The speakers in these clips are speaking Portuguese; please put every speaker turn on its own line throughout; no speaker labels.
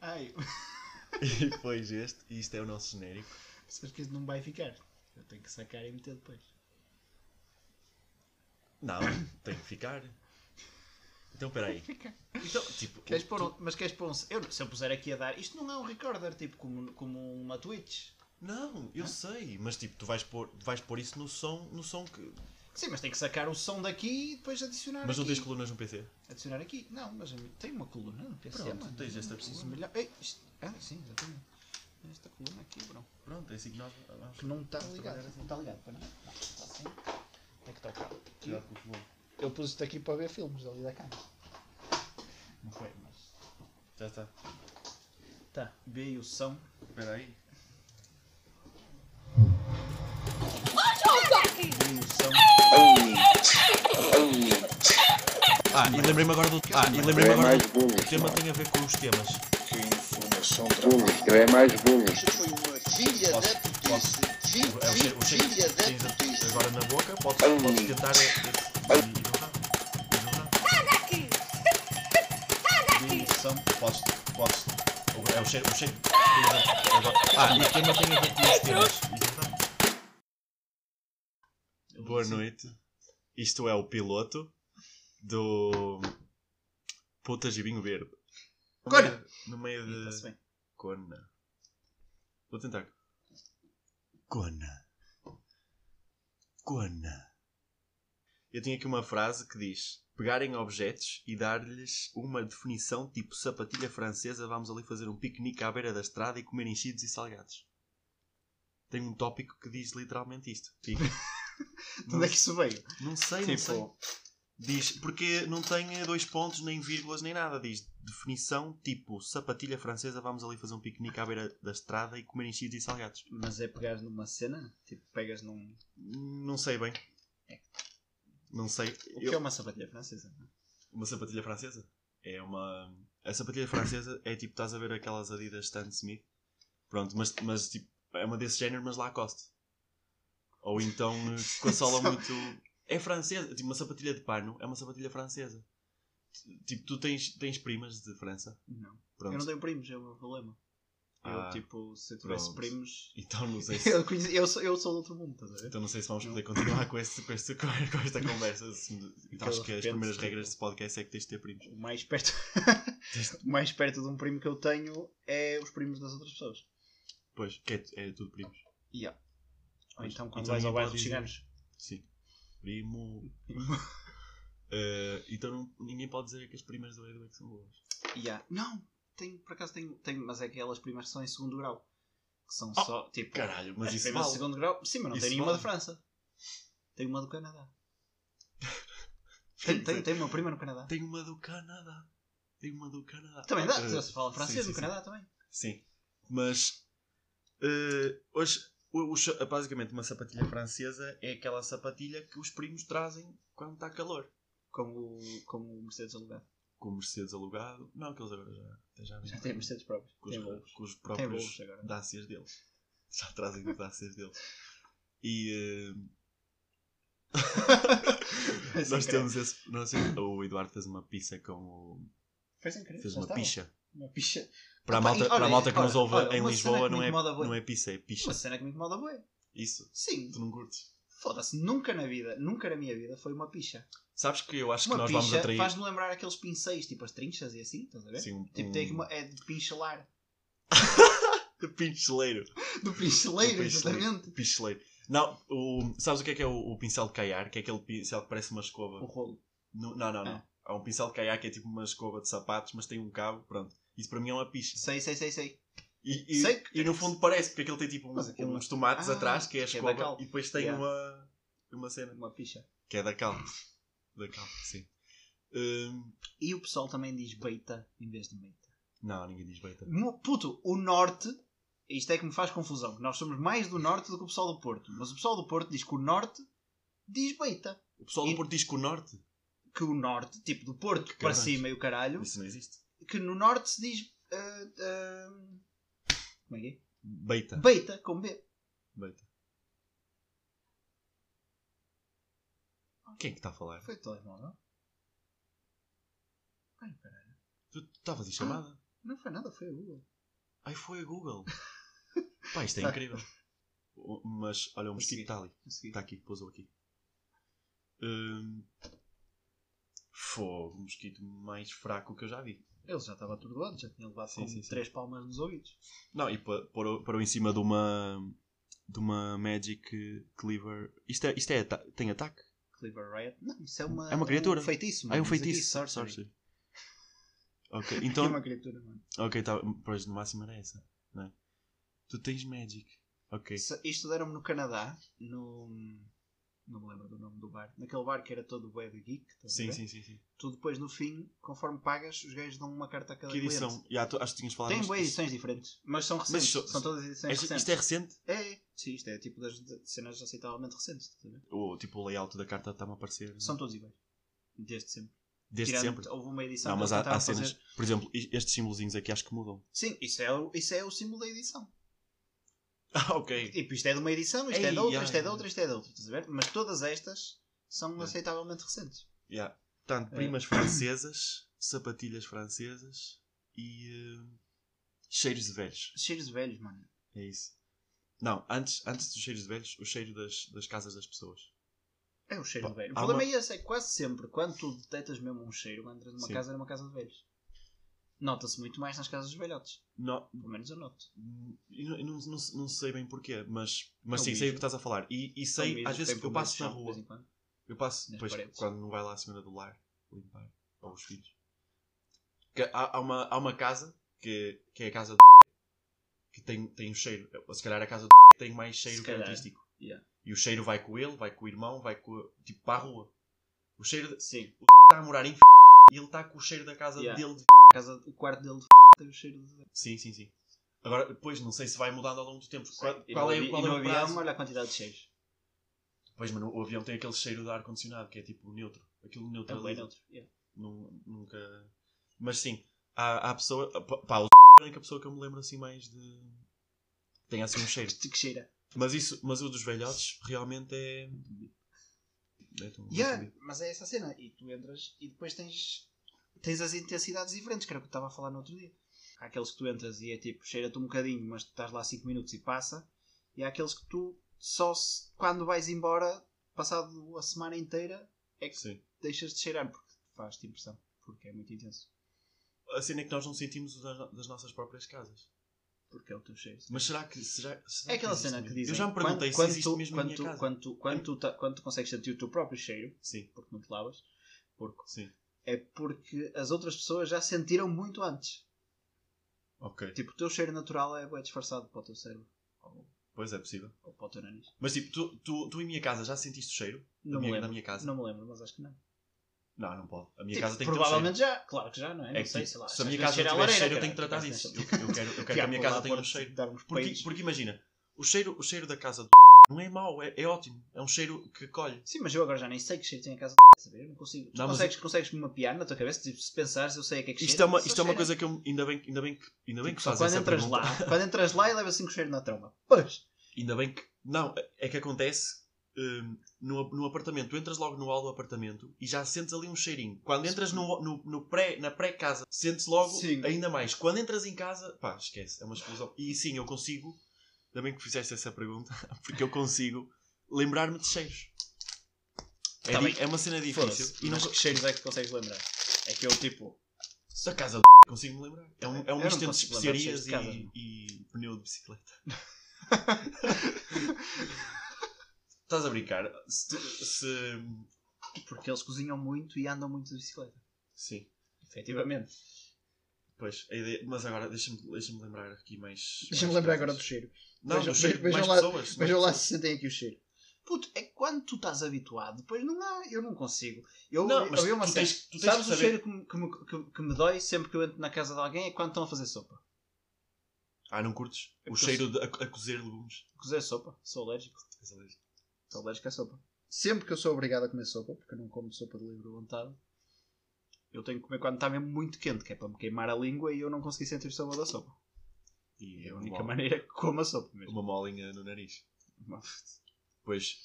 Ai,
E depois este, e isto é o nosso genérico.
sabes que isto não vai ficar. Eu tenho que sacar e meter depois.
Não, tem que ficar. Então peraí. Então, tipo,
Queres pôr um- mas queres pôr um. Eu, se eu puser aqui a dar. Isto não é um recorder, tipo como, como uma Twitch.
Não, eu sei, mas tipo, tu vais pôr, vais pôr isso no som, no som que.
Sim, mas tem que sacar o som daqui e depois adicionar
Mas não
Tá aqui.
tens colunas no PC?
Adicionar aqui. Não, mas tem uma coluna no PC.
Pronto,
mano.
tens esta
Uma
coluna.
coluna melhor. Ei, isto- Ah, sim, exatamente. Esta coluna aqui, bro.
Pronto, é assim que nós
Que não está ligada. Não está ligado, para não. Não, está assim. Tem que tocar. Eu pus isto aqui para ver filmes ali da cama. Não foi, mas.
Já está.
Tá, veio o som.
Espera aí.
Veio o som.
Ah, e lembrei-me agora do. Ah, e lembrei-me
É
agora
mais
do.
burro
O tema tem a ver com os temas.
que informação dramática. É mais burro.
foi uma filha da putice. Fi-
É o cheiro, o
fi-
cheiro
Filha
que
da
tens
putice.
a- agora na boca, podes, podes tentar. e- e- e dobrar. E dobrar.
Veio o som.
Podes. Podes. o- É o cheiro, o cheiro que tens a- agora- Ah, e o tema tem a ver com os temas. E dobrar.
Eu
Boa
disse-
noite. Isto é o piloto do Putas e Vinho Verde. No
Cona.
meio- No meio
Ih, tá-se
de.
bem.
Cona. Vou tentar. Cona. Cona. Eu tinha aqui uma frase que diz: pegarem objetos e dar-lhes uma definição tipo sapatilha francesa, vamos ali fazer um piquenique à beira da estrada e comer enchidos e salgados. Tem um tópico que diz literalmente isto. Fica.
De onde é que isso veio?
Não sei, não sei.
Tipo,
Diz, porque não tem eh, dois pontos, nem vírgulas, nem nada. Diz, definição, tipo, sapatilha francesa, vamos ali fazer um piquenique à beira da estrada e comer enchidos e salgados.
mas é pegar numa cena? Tipo, pegas num.
Não sei bem. Não sei.
O que
Eu-
é uma sapatilha francesa?
Uma sapatilha francesa? É uma... A sapatilha francesa é tipo, estás a ver aquelas adidas Stan Smith? Pronto, mas, mas tipo, é uma desse género, mas Lacoste. Ou então, eh, com a sola
Só-
muito... É francesa, tipo, uma sapatilha de pano é uma sapatilha francesa. Tipo, tu tens, tens primas de França?
Não.
Pronto.
Eu não tenho primos, é o meu problema.
Ah,
eu, tipo, se eu tivesse
pronto.
primos.
Então não sei se,
Eu, conheci- eu sou, eu sou do outro mundo, estás a ver?
então não sei se vamos poder continuar com, esse, com, este- com esta conversa. Se me-
Então,
acho
de
que as
repente,
primeiras
tipo-
regras desse podcast é que tens de ter primos.
O mais perto. o mais perto de um primo que eu tenho é os primos das outras pessoas.
Pois, que é, é tudo primos.
Yeah. Ou
Pois,
então
e
quando
tu
vais
ninguém
ao bairro
pode
dos
dizer-
ciganos.
Sim. Primo. Eh, então não- ninguém pode dizer que as primas do Edu é que são boas.
Yeah. Não, tenho, por acaso tenho, tenho, mas é aquelas primas que são em segundo grau. Que são
Oh,
só tipo.
Caralho, mas
as
isso
primas de
vale.
segundo grau. Sim, mas não
Isso
tenho nenhuma
vale.
da França. Tenho uma do Canadá. Tenho, tenho, tenho uma prima no Canadá.
Tem uma do Canadá. Tem uma do Canadá.
Também dá,
Eh,
já se fala francês
sim,
no
sim,
Canadá também.
Sim. Mas eh, hoje o- o cha- basicamente uma sapatilha francesa é aquela sapatilha que os primos trazem quando está calor.
Com o, com o Mercedes alugado.
Com o Mercedes alugado. Não, aqueles agora já, até já,
Já
vêm
tem Mercedes próprios.
com os,
Tem um voos.
com os
Tem
próprios
voos agora.
dácias deles. Já trazem os dácias deles. E eh,
Foi sem
nós
querer.
temos esse. Nós, o Eduardo fez uma pizza com o.
Foi sem querer,
Fez
já
uma
estava.
picha.
Uma picha.
Para a
Opa,
malta,
e
para a
olha,
malta que nos
olha,
ouve
olha,
em
uma cena
Lisboa,
que me
não é,
incomoda bué.
não é pizza, é picha.
Uma cena que me incomoda bué.
Isso.
Sim.
Tu não curtes.
Foda-se, nunca na vida, nunca na minha vida foi uma picha.
Sabes que eu acho que
uma
nós vamos
picha
atrair.
faz-me lembrar aqueles pincéis, tipo as trinchas e assim, estás a ver?
Assim, um,
Tipo,
um
tem aqui uma. É de pincelar.
pinceleiro.
Do pinceleiro,
Do pinceleiro.
exatamente.
Pinceleiro. Não, o, sabes o que é que é o, o pincel de caiar? Que é aquele pincel que parece uma escova.
O rolo.
Não, não, não. não.
Ah.
Há um pincel de caiaque, é tipo uma escova de sapatos, mas tem um cabo, pronto. Isso para mim é uma picha.
Sei, sei, sei, sei.
E, e,
Sei que-
e no fundo parece, porque aquilo tem tipo um-
Mas aquilo-
uns tomates
Ah,
atrás, que é a
que é
escova,
da cal.
e depois tem
Yeah.
uma, uma cena,
Uma picha.
que é da cal. Da cal, sim. Hum,
E o pessoal também diz beita em vez de meita.
não, ninguém diz beita.
Mo- Puto, o norte. Isto é que me faz confusão. Nós somos mais do norte do que o pessoal do Porto. Mas o pessoal do Porto diz que o norte diz beita.
O pessoal do
E-
Porto diz que o Norte.
Que o norte, tipo do Porto para
caralho.
cima e o caralho,
Isso não existe.
que no norte se diz. ah, ah, como é que é?
Beita.
Beita, com B.
Beita. Quem é que está a falar?
Foi o telemóvel. Ai, caralho.
Tu estavas em chamada?
Não foi nada, foi a Google.
Ai, foi a Google. Pá, isto é incrível. O- Mas, olha, o mosquito está ali.
A seguir.
Está Tá aqui, pousou aqui. Hum, Fogo, o mosquito mais fraco que eu já vi.
Ele já estava atordoado, já tinha levado
Sim,
com
sim, sim.
três palmas nos ouvidos.
Não, e pa- parou parou em cima de uma de uma Magic Cleaver. Isto, é, isto é, ata- tem ataque?
Cleaver Riot. Não, isso é uma.
É uma criatura.
Um feitiço,
Ah,
mano.
é um
Isso aqui
feitiço.
é sorcery.
Sorcery. Ok,
É
então.
uma criatura, mano.
ok, tá, pois no máximo era essa. Não é? Tu tens Magic. Ok.
Isso- Isto deram-me no Canadá, no. Não me lembro do nome do bar. Naquele bar que era todo web geek. estás a
Sim,
ver?
sim, sim. sim.
Tu depois, no fim, conforme pagas, os gajos dão uma carta a cada
Que edição?
cliente.
Já, tu- acho que tinhas falado
Tem
nisto.
boas edições diferentes, mas são recentes.
isto-
são todas edições
Isto-
recentes.
Isto é recente?
É, é. Sim, isto é tipo das de- cenas aceitavelmente recentes. estás a ver?
Ou tipo o layout da carta está-me a aparecer né?
São todos iguais. Desde sempre.
Uhum. desde
Tirando-
sempre.
Houve uma edição
Não,
que
mas
eles
há, há
tentaram
cenas.
fazer-
Por exemplo, i- estes símbolozinhos aqui acho que mudam.
Sim, isso é, o- isso é o símbolo da edição.
Ah, ok.
Tipo, isto é de uma edição, isto é
Ei,
de outra,
ai,
isto é de
ai.
outra, isto é de outra. Estás a ver? Mas todas estas são
É.
aceitavelmente recentes.
Yeah. Portanto, primas francesas, sapatilhas francesas e eh, cheiros de velhos.
Cheiros de velhos, mano.
É isso. Não, antes, antes dos cheiros de velhos, o cheiro das, das casas das pessoas.
É o cheiro
Pá,
de velho. O
há
problema é esse, é que quase sempre, quando tu detectas mesmo um cheiro, quando entras numa
Sim.
casa, era uma casa de velhos. Nota-se muito mais nas casas dos velhotes.
Não,
Pelo menos eu noto.
eu não, eu não, não, não sei bem porquê, mas, mas
É o
sim, sei
mijo.
do que estás a falar. E, e É um sei,
Então,
às
mesmo,
vezes
tem
eu passo na rua,
problemas de chão, de vez em quando.
eu passo,
Nas
depois,
paredes.
quando não vai lá a senhora do lar limpar, ou os filhos. Que há, há uma, há uma casa que, que é a casa do que tem, tem um cheiro. Ou se calhar a casa do tem mais cheiro
Se calhar,
característico.
yeah.
E o cheiro vai com ele, vai com o irmão, vai com. tipo para a rua. O cheiro de-
Sim.
está a morar em f... e ele está com o cheiro da casa
Yeah.
dele de f...
A casa, o quarto dele de f... tem o cheiro de velho.
Sim, sim, sim. Agora, depois, não sei se vai mudando ao longo do tempo. Qual,
E
qual
no
é,
avi-
qual
e
é
no
o prazo?
avião, olha a quantidade de cheiros.
Pois, mas no- o avião tem aquele cheiro de ar-condicionado que é tipo neutro. Aquilo
É
neutro
um bem neutro. yeah.
Nu- Nunca. Mas sim, há, há pessoa. pá, Pá, o é a única pessoa que eu me lembro assim mais de. Tem assim um cheiro.
Que cheira.
Mas, isso, mas o dos velhotes realmente é. é tão-
Yeah, mas é essa a cena. E tu entras e depois tens, tens as intensidades diferentes, que era o que eu estava a falar no outro dia. Há aqueles que tu entras e é tipo, cheira-te um bocadinho, mas tu estás lá 5 minutos e passa. E há aqueles que tu só se- quando vais embora, passado a semana inteira,
Sim.
deixas de cheirar, porque faz-te impressão, porque é muito intenso.
A cena é que nós não sentimos o das, das nossas próprias casas.
Porque é o teu cheiro.
Mas será que. Será, será
É aquela
existe
cena que
mesmo?
dizem.
Eu já me perguntei
quando,
se existe
tu,
mesmo
quando,
a minha
tu,
casa. É.
quando, tu, quando, tu, ta- quando tu consegues sentir o teu próprio cheiro,
Sim,
porque não te lavas, porque
sim.
é porque as outras pessoas já sentiram muito antes.
Ok.
Tipo, o teu cheiro natural é, bué disfarçado para o teu cérebro ou,
Pois é possível.
ou para o teu nariz.
Mas tipo, tu, tu, tu em minha casa já sentiste o cheiro? Da
Não me
minha-
lembro.
da minha casa?
Não me lembro, mas acho que não.
Não, não pode. A minha
Tipo,
casa tem que ter um cheiro.
provavelmente já, claro que já, não é? Não
É que,
sei,
tipo,
sei lá.
se a
às
minha
vezes
casa
cheira
não
a
tiver
lareira, tipo, assim,
cheiro, eu tenho que
caralho,
tratar
tu
disso.
vais
Eu,
ter-
eu quero, eu quero que a
Piá,
minha
vou lá
casa tenha um
pôr-te
cheiro.
Dar uns
Porque, tipo,
peitos.
porque imagina, o cheiro, o cheiro da casa do não é mau, é, é ótimo. É um cheiro que colhe.
Sim, mas eu agora já nem sei que cheiro tem a casa de saber? Não consigo. Tu
Não, mas
consegues, consegues me mapear na tua cabeça? Tipo, se pensares, eu sei a que é que
Isto
cheira,
é uma,
só
isto é uma
cheira. Tipo,
coisa que eu. Ainda bem, que- ainda bem que, ainda bem que
Só
fazes
quando
essa
entras
pergunta.
lá, quando entras lá e levas 5 cheiros na tromba. Pois!
Ainda bem que. Não, é- é que acontece hum, no, no apartamento. Tu entras logo no hall do apartamento e já sentes ali um cheirinho. Quando entras no, no, no pré, na pré-casa, sentes logo
Sim.
ainda mais. Quando entras em casa, pá, esquece, é uma explosão. E sim, eu consigo. Ainda bem que fizeste essa pergunta, porque eu consigo lembrar-me de cheiros. É,
Tá
di-
bem.
é uma cena difícil.
Foda-se.
E não,
Mas que cheiros é que consecues lembrar? É que eu, tipo,
da casa do consigo-me lembrar. É um, é
Eu
um
não
misto entre
consigo lembrar de cheiros
especiarias
de casa,
e,
não.
e pneu de bicicleta. Estás a brincar? Se, tu- se-
porque eles cozinham muito e andam muito de bicicleta.
Sim,
Efetivamente.
pois. a ideia- Mas agora, deixa-me deixa lembrar aqui mais.
Deixa-me
mais
lembrar
coisas.
agora do cheiro.
Não,
Vejam-
do cheiro,
vejam
mais
lá-
pessoas. mais
Vejam lá
pessoas.
se sentem aqui o cheiro. Puto, é que quando tu estás habituado, depois não há, eu não consigo. Eu,
Não, mas
havia uma
tu
cena-
tens, tu tens
Sabes
que
o
saber.
cheiro que me, que, me, que- que me dói sempre que eu entro na casa de alguém é quando estão a fazer sopa.
Ah, não curtes?
É
O
porque eu
cheiro de, a, a cozer legumes.
Cozer sopa, sou alérgico.
És alérgico.
Sou alérgico à sopa. Sempre que eu sou obrigado a comer sopa, porque eu não como sopa de livre vontade, eu tenho que comer quando está mesmo muito quente, que é para me queimar a língua e eu não conseguir sentir o sabor da sopa.
E
É a
uma
única
mol-
maneira que como a sopa mesmo.
Uma molinha no nariz.
Mas-
Pois.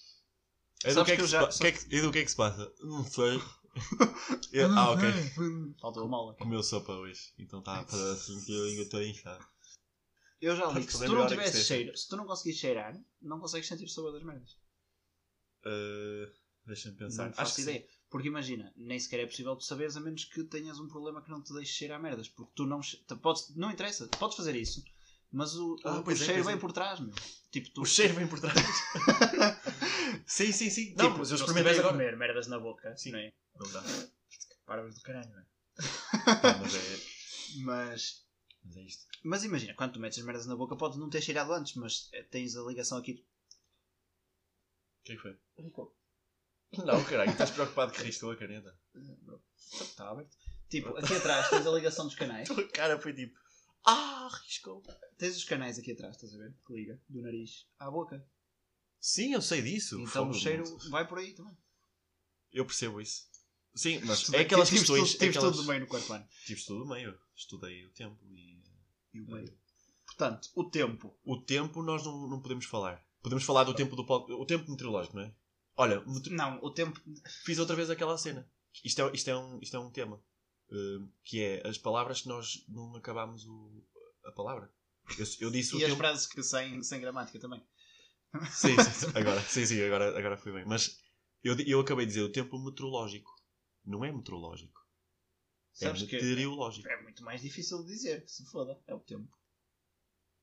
Sabes
E do que é
que
que
eu
se
já-
pa- que é que- e do que é que se é passa? Não sei. Eu- ah, ok.
Faltou mal. ok.
Comeu sopa hoje, então está a fazer assim que a língua toda inchada.
Eu já li
Tanto
que se
poder
tu não
melhor é que
tivesse
seja.
cheiro, se tu não conseguires cheirar, não consegues sentir o sabor das merdas.
Uh, Deixa-me pensar.
Não faço
que
ideia. Porque imagina, nem sequer é possível tu saberes a menos que tenhas um problema que não te deixe cheirar merdas. Porque tu não. che- tu Podes, não interessa, podes fazer isso. Mas o,
Ah,
o- o
pois é,
cheiro
pois
vem
é.
por trás, meu. Tipo, tu,
O cheiro vem por trás. sim, sim, sim. Não,
tipo,
mas eu
se
experimentei
estiveres a
agora.
comer merdas na boca,
Sim.
não é?
Não dá.
Paras do caralho, não é?
Pá, mas, é,
Mas
mas é isto.
Mas imagina, quando tu metes as merdas na boca, podes não ter cheirado antes, mas eh, tens a ligação aqui.
O que é que foi? Não, caralho, estás preocupado que riscou a caneta.
eh, Está tá, aberto. Tipo, aqui atrás tens a ligação dos
A
canais.
tua cara foi tipo. Ah, riscou.
Tens os canais aqui atrás, estás a ver? Que liga do nariz à boca.
Sim, eu sei disso.
Então
Fogo
o
do
cheiro
mundo.
vai por aí também.
Eu percebo isso. Sim, mas
Tudo
é
bem,
aquelas
tive
questões.
tudo- Tive
aquelas...
tudo bem no quarto ano.
Tive estudo meio. Estudei o tempo e. eh,
E o meio. Portanto, o tempo.
O tempo nós não, não podemos falar. Podemos falar
Tá.
do tempo do pod- o tempo meteorológico, não é? Olha, mete-
Não, o tempo.
fiz outra vez aquela cena. Isto é, isto é, um, isto é um tema. eh, que é as palavras que nós não acabámos o, a palavra. Eu, eu disse o
E as
tempo.
frases que saem sem gramática também.
Sim, sim, sim, agora, sim, sim, agora, agora fui bem. Mas eu, di- eu acabei de dizer o tempo meteorológico. Não é meteorológico.
Sabes
é
que
meteorológico.
é muito mais difícil de dizer, se foda. É o tempo.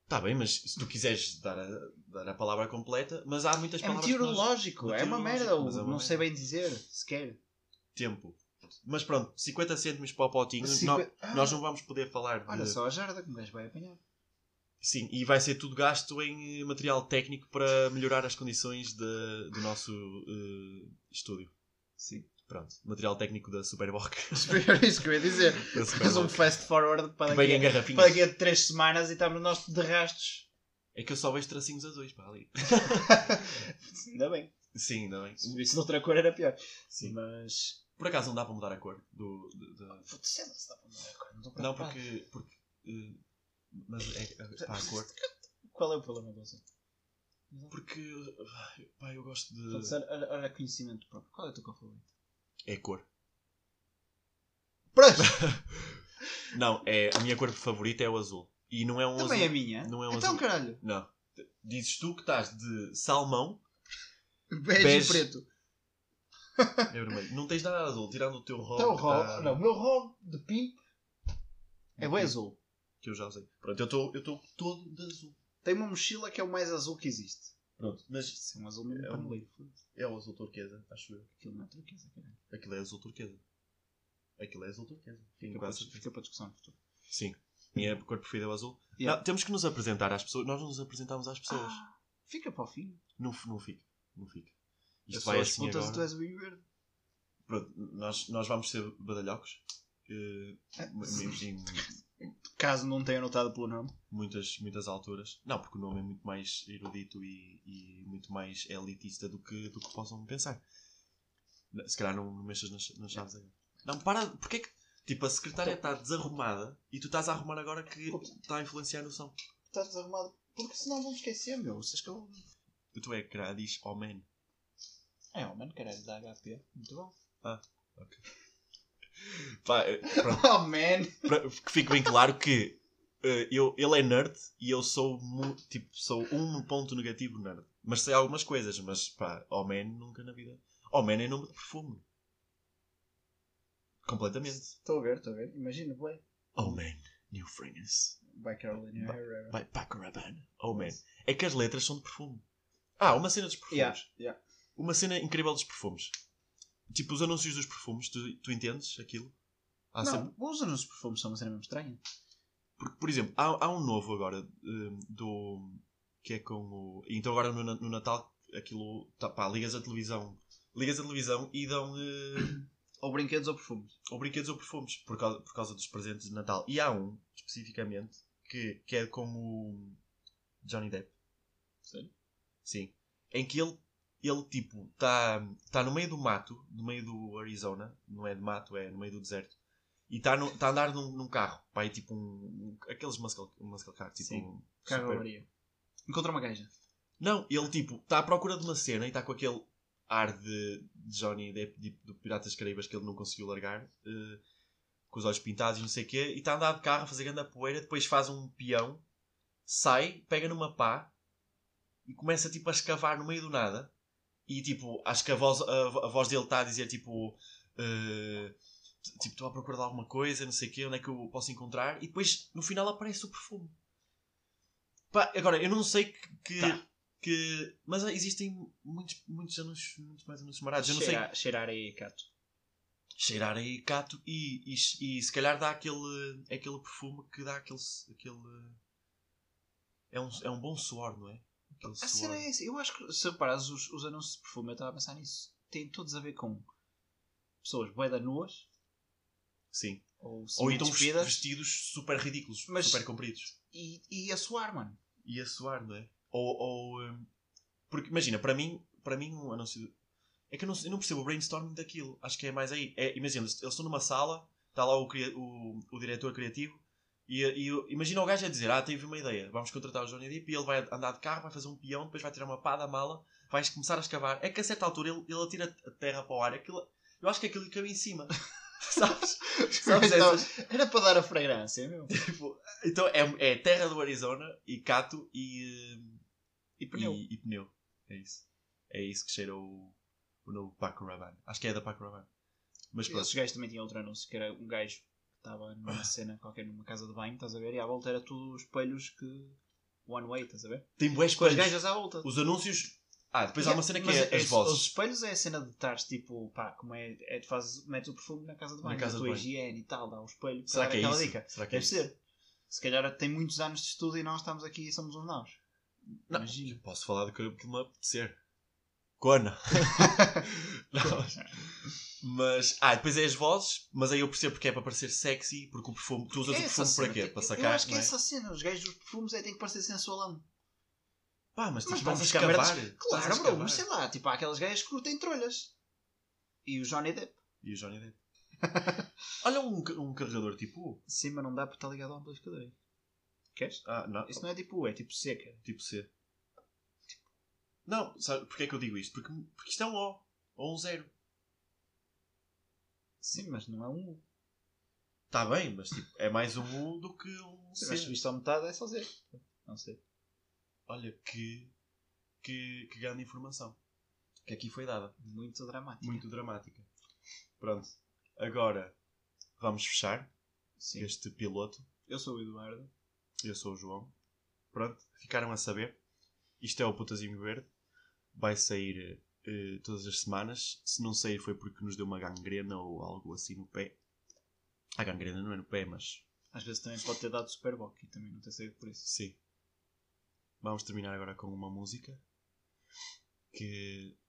Está Tá bem, mas se tu quiseres dar a, dar a palavra completa, mas há muitas
É
palavras. que nós-
meteorológico, é uma
Meteorológico,
merda, ou
mas é uma
não sei
merda.
bem dizer, sequer.
Tempo. Mas pronto, 50 cêntimos para o potinho.
Cinqu-
nó- Nós não vamos poder falar.
Ah! Olha
de-
só a jarda que um gajo vai apanhar.
Sim, e vai ser tudo gasto em eh, material técnico para melhorar as condições de- do nosso eh, estúdio.
Sim.
Pronto, material técnico da Superboc.
Era isso que eu ia dizer.
Da
Faz um
Superboc.
fast forward para
Que vem em
daqui, a,
garrafinhas.
para daqui a 3 semanas e estamos nós de rastos.
É que eu só vejo tracinhos azuis para ali.
Ainda bem.
Sim, não é?
Se visse de outra cor era pior.
Sim.
Mas.
Por acaso não dá para mudar a cor do. do- da-
Foda-se, sei lá se dá para mudar a cor, Não, estou
Não,
preocupado.
porque. porque eh, mas é, é- pá, a cor.
Qual é o problema do azul?
Porque. eh, Pá, eu gosto
Foda-se,
de.
Era, era- era conhecimento próprio. Qual é o teu cor favorito?
É cor.
Pronto,
Não, é, a minha cor favorita é o azul. E não é um
também é
azul.
minha.
não é um
então,
azul.
caralho,
Não. Dizes tu que estás de salmão.
bege,
Bege.
e preto.
É vermelho. Não tens nada azul, tirando o teu rock.
Então, o
que
rol.
tá-
Não, o meu rol de pimp é o azul.
Que eu já usei. Pronto, eu estou- eu estou todo de azul.
Tem uma mochila que é o mais azul que existe.
Pronto, mas
Isso é um azul mesmo
É
para
um-
um livro. foda-se.
é o azul turquesa, acho eu.
Aquilo não é turquesa, caralho.
Aquilo é azul turquesa. Aquilo é azul turquesa. Tenho
Fica para,
quase certeza.
fica para discussão no futuro.
Sim. Minha cor preferida é o azul.
Yeah.
Não, temos que nos apresentar às pessoas. Nós não nos apresentámos às pessoas.
Ah, fica para o fim.
Não, f- não fica. Não fica.
Eu
Isto
sou
vai
as
assim
putas e tu
agora.
és o vinho verde.
Pronto, nós, nós vamos ser badalhocos. eh, em, em
Ah, Caso não tenha notado pelo nome.
muitas, muitas alturas. Não, porque o nome é muito mais erudito e, e muito mais elitista do que, do que possam pensar. Se calhar não, não mexas nas, nas chaves agora. Não, para. Porquê que. Tipo, a secretária está desarrumada e tu estás a arrumar agora que está a influenciar no som.
Estás desarrumado. Porque senão vão esquecer, meu. Vocês que eu...
E tu é que caralho, diz oh man.
É, oh, mano, caralho, da HP. Muito bom.
Pá, eh, pronto.
Oh, man.
Pra- que fique bem claro que eh, eu, ele é nerd e eu sou mu- tipo, sou um ponto negativo nerd. Mas sei algumas coisas, mas pá, homem nunca na vida. Homem é nome de perfume. Completamente.
Estou a ver, estou a ver. Imagina, boy.
Homem, New Fragrance,
Vai, Carolina
Ba-
Herrera.
by Paco Rabanne. Homem. É que as letras são de perfume. Ah, uma cena dos perfumes.
Yeah, yeah.
Uma cena incrível dos perfumes. Tipo, os anúncios dos perfumes, tu, tu entendes aquilo? Há sempre-
Não, os anúncios de perfumes são uma cena mesmo estranha.
Porque, por exemplo, há, há um novo agora hum, do. que é com o. Então agora no, Na- no Natal aquilo. Tá, pá, ligas a televisão. Ligas a televisão e dão. hum,
Ou brinquedos ou perfumes.
ou brinquedos ou perfumes por causa, por causa dos presentes de Natal. E há um, especificamente, que, que é com o. Johnny Depp.
Sério?
Sim. Em que ele. Ele, tipo, está tá no meio do mato, no meio do Arizona, não é de mato, é no meio do deserto, e está tá a andar num, num carro, pá, é tipo um, um- aqueles muscle, muscle car, tipo
Sim.
um super-
Carro Encontra uma gaja.
tá não, ele tipo, está à procura de uma cena e está com aquele ar de de Johnny Depp de- do Piratas Caraíbas que ele não conseguiu largar, eh, com os olhos pintados e não sei o quê, e está a andar de carro a fazer grande poeira, depois faz um peão, sai, pega numa pá e começa tipo a escavar no meio do nada. E tipo, acho que a voz, a, vo- a voz dele está a dizer tipo, eh, t- tipo, estou à procura de alguma coisa, não sei o quê, onde é que eu posso encontrar? E depois no final aparece o perfume. Pá, agora, eu não sei que. que-
Tá.
que- mas existem muitos, muitos anúncios, muitos mais anúncios marados. Ah, Eu não sei
Cheira- Cheirar aí, Cato.
cheirar a cato e, e, e se calhar dá aquele, aquele perfume que dá aquele. aquele é, um, é um bom suor, não é? Aquele
A cena é essa. Eu acho que, se reparares, os, os anúncios de perfume, eu estava a pensar nisso, têm todos a ver com pessoas boeda nuas
Sim.
ou
Ou então
semi-despidas,
vestidos super ridículos,
Mas-
super compridos.
e, e a suar, mano.
E a suar, não é? Ou. ou, hum, porque imagina, para mim, para mim um anúncio. É que eu não, eu não percebo o brainstorming daquilo. Acho que é mais aí. É, imagina, eles eles estão numa sala, está lá o, cria- o, o diretor criativo, e, e o- imagina o gajo a dizer: Ah, tive uma ideia, vamos contratar o Johnny Depp, e ele vai andar de carro, vai fazer um peão, depois vai tirar uma pá da mala, vai começar a escavar. É que a certa altura ele, ele atira a terra para o ar. Aquilo, eu acho que aquilo lhe caiu em cima. Sabes? Sabes?
Então,
Essas-
Era para dar a fragrância, meu.
Tipo, então é, é terra do Arizona e cato e, hum,
E pneu.
E, e pneu. É isso. É isso que cheira o, o novo Paco Rabanne. Acho que é da Paco Rabanne. Mas pronto.
Esses gajos também tinham outro anúncio, que era um gajo que estava
Ah.
numa cena qualquer, numa casa de banho, estás a ver? E à volta era tudo espelhos que. One way, estás a ver?
Tem boas
Com as
coisas.
gajas à volta.
Os anúncios. Ah, depois há uma cena que
Mas
é as
esse- Os
vozes.
espelhos é a cena de estares tipo, pá, como é, é tu fazes, metes o perfume na casa de banho,
Na
na
casa de
tua
banho.
higiene e tal, dá um espelho.
Será
para
que
dar
é
aquela
isso?
Dica.
Será que é
Deve
isso?
ser. Se calhar tem muitos anos de estudo e nós estamos aqui e somos uns nós.
Não.
Imagina.
Posso falar do que que me apetecer. Cona. Não, Mas, ah, depois é as vozes, mas aí eu percebo porque é para parecer sexy, porque o perfume, tu usas
É
o
essa
perfume para
cena,
quê?
que-
Para
Eu
sacar,
acho que
não
é
é?
essa cena. Os gajos dos perfumes é tem que parecer sensualão.
Pá, mas,
Mas
tu estás a
vamos buscar merdas-
escavar. estás a
Claro, bro,
escavar.
mas sei lá, tipo, há aquelas gajas que curtem trolhas. E o Johnny Depp.
E o Johnny Depp. Olha um, ca- um carregador tipo U.
Sim, mas não dá para estar ligado ao amplificador. Queres?
Ah, não.
Isso não é tipo U, é tipo C, cara.
Tipo C. Não, sabe porque é que eu digo isto? Porque, porque isto é um O. Ou um zero.
Sim, mas não é um U.
Está bem, mas tipo, é mais um U do que um
Se
C.
tivesse visto à metade, é só Z. Não sei.
Olha que, que, que grande informação. Que aqui foi dada.
Muito dramático.
Muito dramática. Pronto. Agora, vamos fechar
Sim.
este piloto.
Eu sou o Eduardo.
Eu sou o João. Pronto, ficaram a saber. Isto é o Putazinho Verde. Vai sair eh, todas as semanas. Se não sair foi porque nos deu uma gangrena ou algo assim no pé. A gangrena não é no pé, mas
Às vezes também pode ter dado Super Bock e também não ter saído por isso.
sim. Vamos terminar agora com uma música que